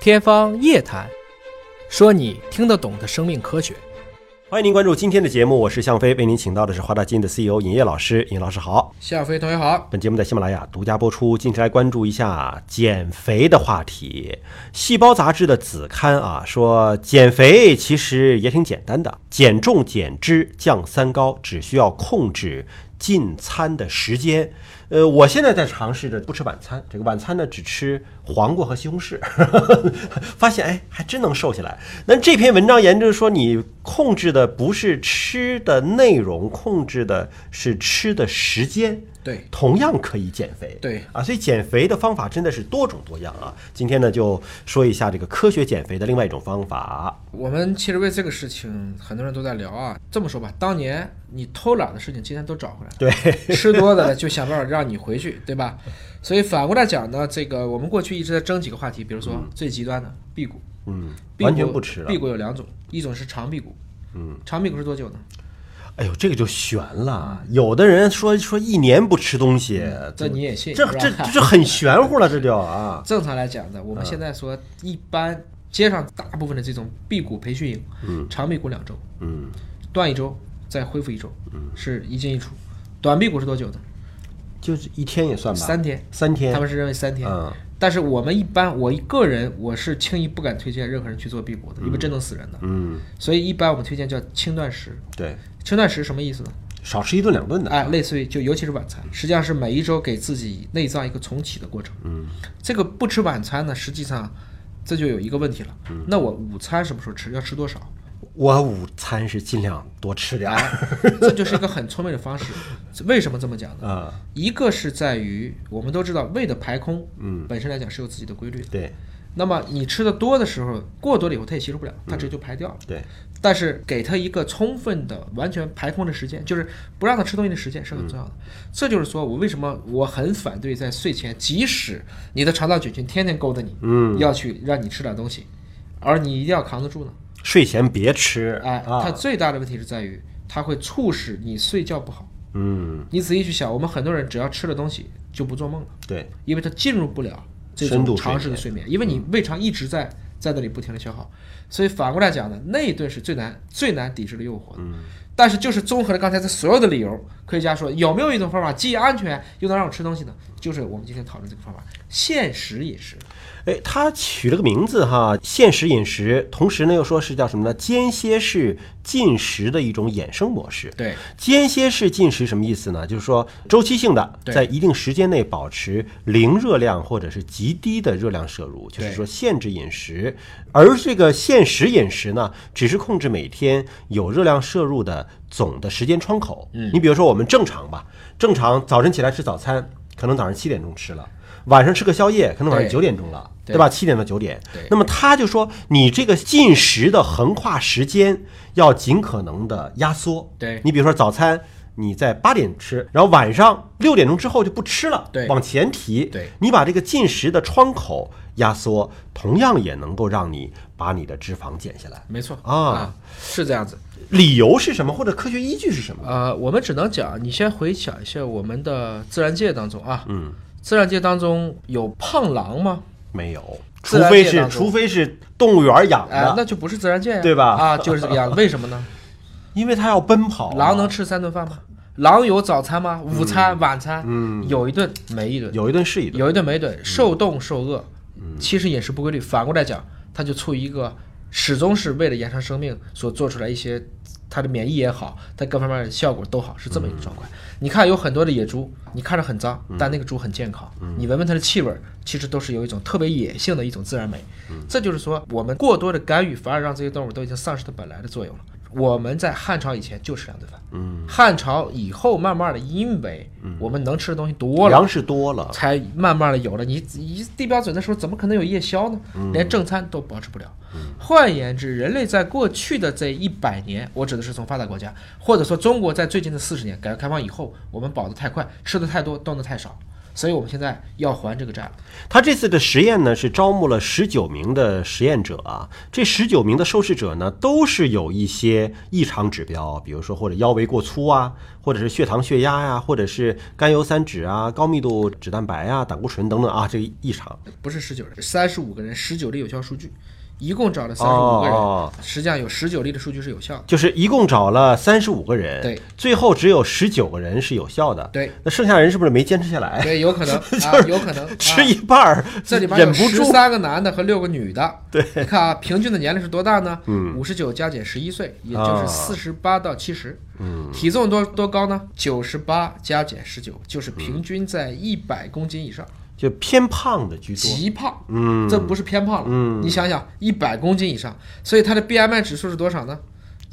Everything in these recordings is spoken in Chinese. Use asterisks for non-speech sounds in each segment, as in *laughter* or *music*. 天方夜谭，说你听得懂的生命科学。欢迎您关注今天的节目，我是向飞，为您请到的是华大基因的 CEO 尹烨老师。尹老师好，夏飞同学好，本节目在喜马拉雅独家播出。近期来关注一下减肥的话题，《细胞》杂志的子刊啊说，减肥其实也挺简单的，减重、减脂、降三高，只需要控制进餐的时间。呃，我现在在尝试着不吃晚餐，这个晚餐呢只吃黄瓜和西红柿， *laughs* 发现哎还真能瘦下来。那这篇文章研究说，你控制的不是吃的内容，控制的是吃的时间。对，同样可以减肥。对啊，所以减肥的方法真的是多种多样啊。今天呢，就说一下这个科学减肥的另外一种方法。我们其实为这个事情，很多人都在聊啊。这么说吧，当年你偷懒的事情，今天都找回来了。对，吃多的就想办法让你回去， *laughs* 对吧？所以反过来讲呢，这个我们过去一直在争几个话题，比如说最极端的辟谷，嗯，辟完全谷不吃了辟。谷有两种，一种是长辟谷，嗯，长辟谷是多久呢？哎呦，这个就悬了。有的人说说一年不吃东西，嗯这你也信？啊这是吧这这这很玄乎了，这就啊。正常来讲呢，我们现在说一般街上大部分的这种辟谷培训营，嗯，长辟谷两周，嗯，断一周再恢复一周，嗯，是一进一出。短辟谷是多久呢？就是一天也算吧，三天，三他天。们是认为三天。嗯，但是我们一般，我一个人我是轻易不敢推荐任何人去做辟谷的，因为真能死人的。嗯，所以一般我们推荐叫轻断食。对，轻断食什么意思呢？少吃一顿两顿的。哎，类似于就尤其是晚餐，实际上是每一周给自己内脏一个重启的过程。嗯，这个不吃晚餐呢，实际上这就有一个问题了。嗯，那我午餐什么时候吃？要吃多少？我午餐是尽量多吃点儿。这就是一个很聪明的方 *laughs* 式。为什么这么讲呢？啊，一个是在于我们都知道胃的排空，嗯，本身来讲是有自己的规律的。对那么你吃的多的时候，过多了以后它也吸收不了，它直接就排掉了。对，但是给他一个充分的、完全排空的时间，就是不让他吃东西的时间是很重要的。嗯这就是说我为什么我很反对在睡前，即使你的肠道菌群天天勾搭你，嗯，要去让你吃点东西，而你一定要扛得住呢。睡前别吃。哎，它啊，最大的问题是在于它会促使你睡觉不好。嗯，你仔细去想，我们很多人只要吃了东西就不做梦了，对，因为他进入不了这深种度睡长时的睡眠，因为你胃肠一直在在那里不停的消耗，所以反过来讲呢，那一顿是最难最难抵制的诱惑的。嗯但是就是综合了刚才这所有的理由，科学家说有没有一种方法既安全又能让我吃东西呢？就是我们今天讨论这个方法，限时饮食。哎，他取了个名字哈，限时饮食，同时呢又说是叫什么呢？间歇式进食的一种衍生模式。对间歇式进食什么意思呢？就是说周期性的，对在一定时间内保持零热量或者是极低的热量摄入，就对是说限制饮食。而这个限时饮食呢，只是控制每天有热量摄入的总的时间窗口。嗯，你比如说我们正常吧，正常早晨起来吃早餐，可能早上七点钟吃了。晚上吃个宵夜，可能晚上对九点钟了，对对吧？七点到九点对。那么他就说，你这个进食的横跨时间要尽可能的压缩。对你比如说早餐，你在八点吃，然后晚上六点钟之后就不吃了，对往前提，对，你把这个进食的窗口压缩，同样也能够让你把你的脂肪减下来。没错啊是这样子。理由是什么，或者科学依据是什么？呃，我们只能讲，你先回想一下我们的自然界当中啊，嗯，自然界当中有胖狼吗？没有，除自然非界是当中除非是动物园养哎、那的，就不是自然界呀、对吧啊，就是这个 *laughs* 样子。为什么呢？因为它要奔跑啊。狼能吃三顿饭吗？狼有早餐吗？午餐、晚餐，嗯，有一顿没一顿，有一顿是一顿。有一顿没一顿，受冻受饿。其实饮食不规律，反过来讲，它就处于一个始终是为了延长生命所做出来一些它的免疫也好，它各方面的效果都好，是这么一个状况。你看有很多的野猪，你看着很脏，但那个猪很健康，你闻闻它的气味儿，其实都是有一种特别野性的一种自然美。这就是说，我们过多的干预，反而让这些动物都已经丧失它本来的作用了。我们在汉朝以前就吃两顿饭，汉朝以后慢慢的，因为我们能吃的东西多了，粮食多了，才慢慢的有了。你一低标准的时候，怎么可能有夜宵呢？嗯连正餐都保持不了。换言之，人类在过去的这一百年，我指的是从发达国家，或者说中国在最近的四十年，改革开放以后，我们饱得太快，吃的太多，动得太少。所以我们现在要还这个债了。他这次的实验呢，是招募了十九名的实验者啊。这十九名的受试者呢，都是有一些异常指标，比如说或者腰围过粗啊，或者是血糖、血压呀、或者是甘油三酯啊、高密度脂蛋白啊、胆固醇等等啊，这个异常。不是十九人，三十五个人，十九例有效数据，一共找了三十五个人，哦，实际上有十九例的数据是有效的。就是一共找了三十五个人，对，最后只有十九个人是有效的，对，那剩下人是不是没坚持下来？对， *laughs* 有可能啊，有可能。吃啊、一半儿，这里边忍有不十住，三个男的和六个女的。对，你看啊，平均的年龄是多大呢？嗯，五十九加减十一岁，也就是啊四十八到七十。嗯，体重多多高呢？九十八加减十九，就是平均在一百公斤以上，就偏胖的居多。极胖。嗯，这不是偏胖了。嗯你想想，一百公斤以上，所以它的 BMI 指数是多少呢？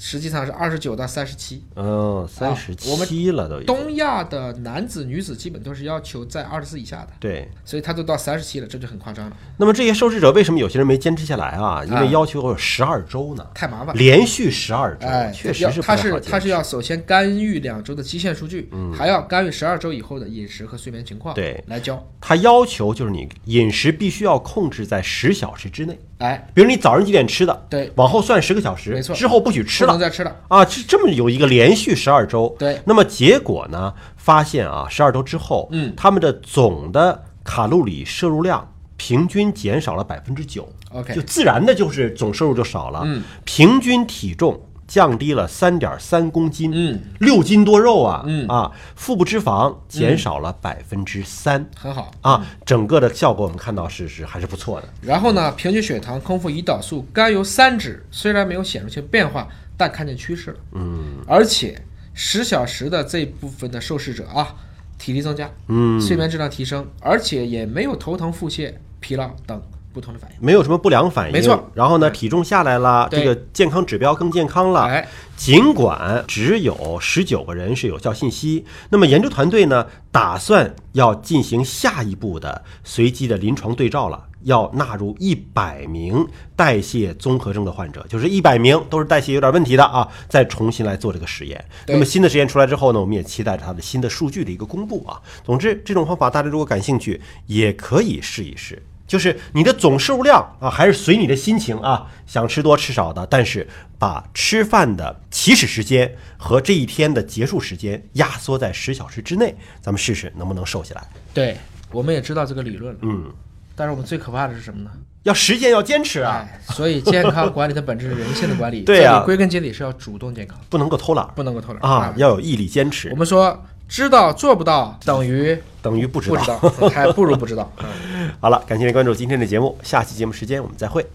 实际上是二十九到三十七。嗯，三十啊我们七了都已经。东亚的男子、女子基本都是要求在二十四以下的，对，所以他都到三十七了，这就很夸张了，那么这些受试者为什么有些人没坚持下来啊？因啊为要求有十二周呢，太麻烦。了。连续十二周，哎，确实要是不他太好是坚持他是要首先干预两周的基线数据，还要干预十二周以后的饮食和睡眠情况，对来教。他要求就是你饮食必须要控制在十小时之内，哎，比如你早上几点吃的，对，往后算十个小时，没错之后不许吃不能了。再吃了。啊，是这么有一个连续十二周，对，那么结果呢？发现啊，十二周之后，嗯，他们的总的卡路里摄入量平均减少了百分之九 OK 就自然的就是总摄入就少了，嗯，平均体重降低了三点三公斤，嗯，六斤多肉啊，嗯啊，腹部脂肪减少了百分之三。很好，啊，整个的效果我们看到是是还是不错的。然后呢，平均血糖、空腹胰岛素、甘油三酯虽然没有显著性变化，但看见趋势了。嗯，而且十小时的这部分的受试者啊，体力增加，嗯，睡眠质量提升，而且也没有头疼、腹泻、疲劳等不同的反应。没有什么不良反应，没错。然后呢，体重下来了，对这个健康指标更健康了。哎，尽管只有十九个人是有效信息，那么研究团队呢，打算要进行下一步的随机的临床对照了，要纳入一百名代谢综合症的患者，就是一百名都是代谢有点问题的啊，再重新来做这个实验。对那么新的实验出来之后呢，我们也期待着它的新的数据的一个公布啊。总之，这种方法大家如果感兴趣，也可以试一试。就是你的总摄入量啊，还是随你的心情啊，想吃多吃少的，但是把吃饭的起始时间和这一天的结束时间压缩在十小时之内，咱们试试能不能瘦下来。对，我们也知道这个理论了，嗯，但是我们最可怕的是什么呢？要时间要坚持啊，哎，所以健康管理的本质是人性的管理， *laughs* 对啊这里归根结底是要主动健康，不能够偷懒儿不能够偷懒嗯啊，。要有毅力坚我持，们说知道做不到等于等于不知不道。知道，还不如不知道。嗯好了，感谢您关注今天的节目，下期节目时间我们再会。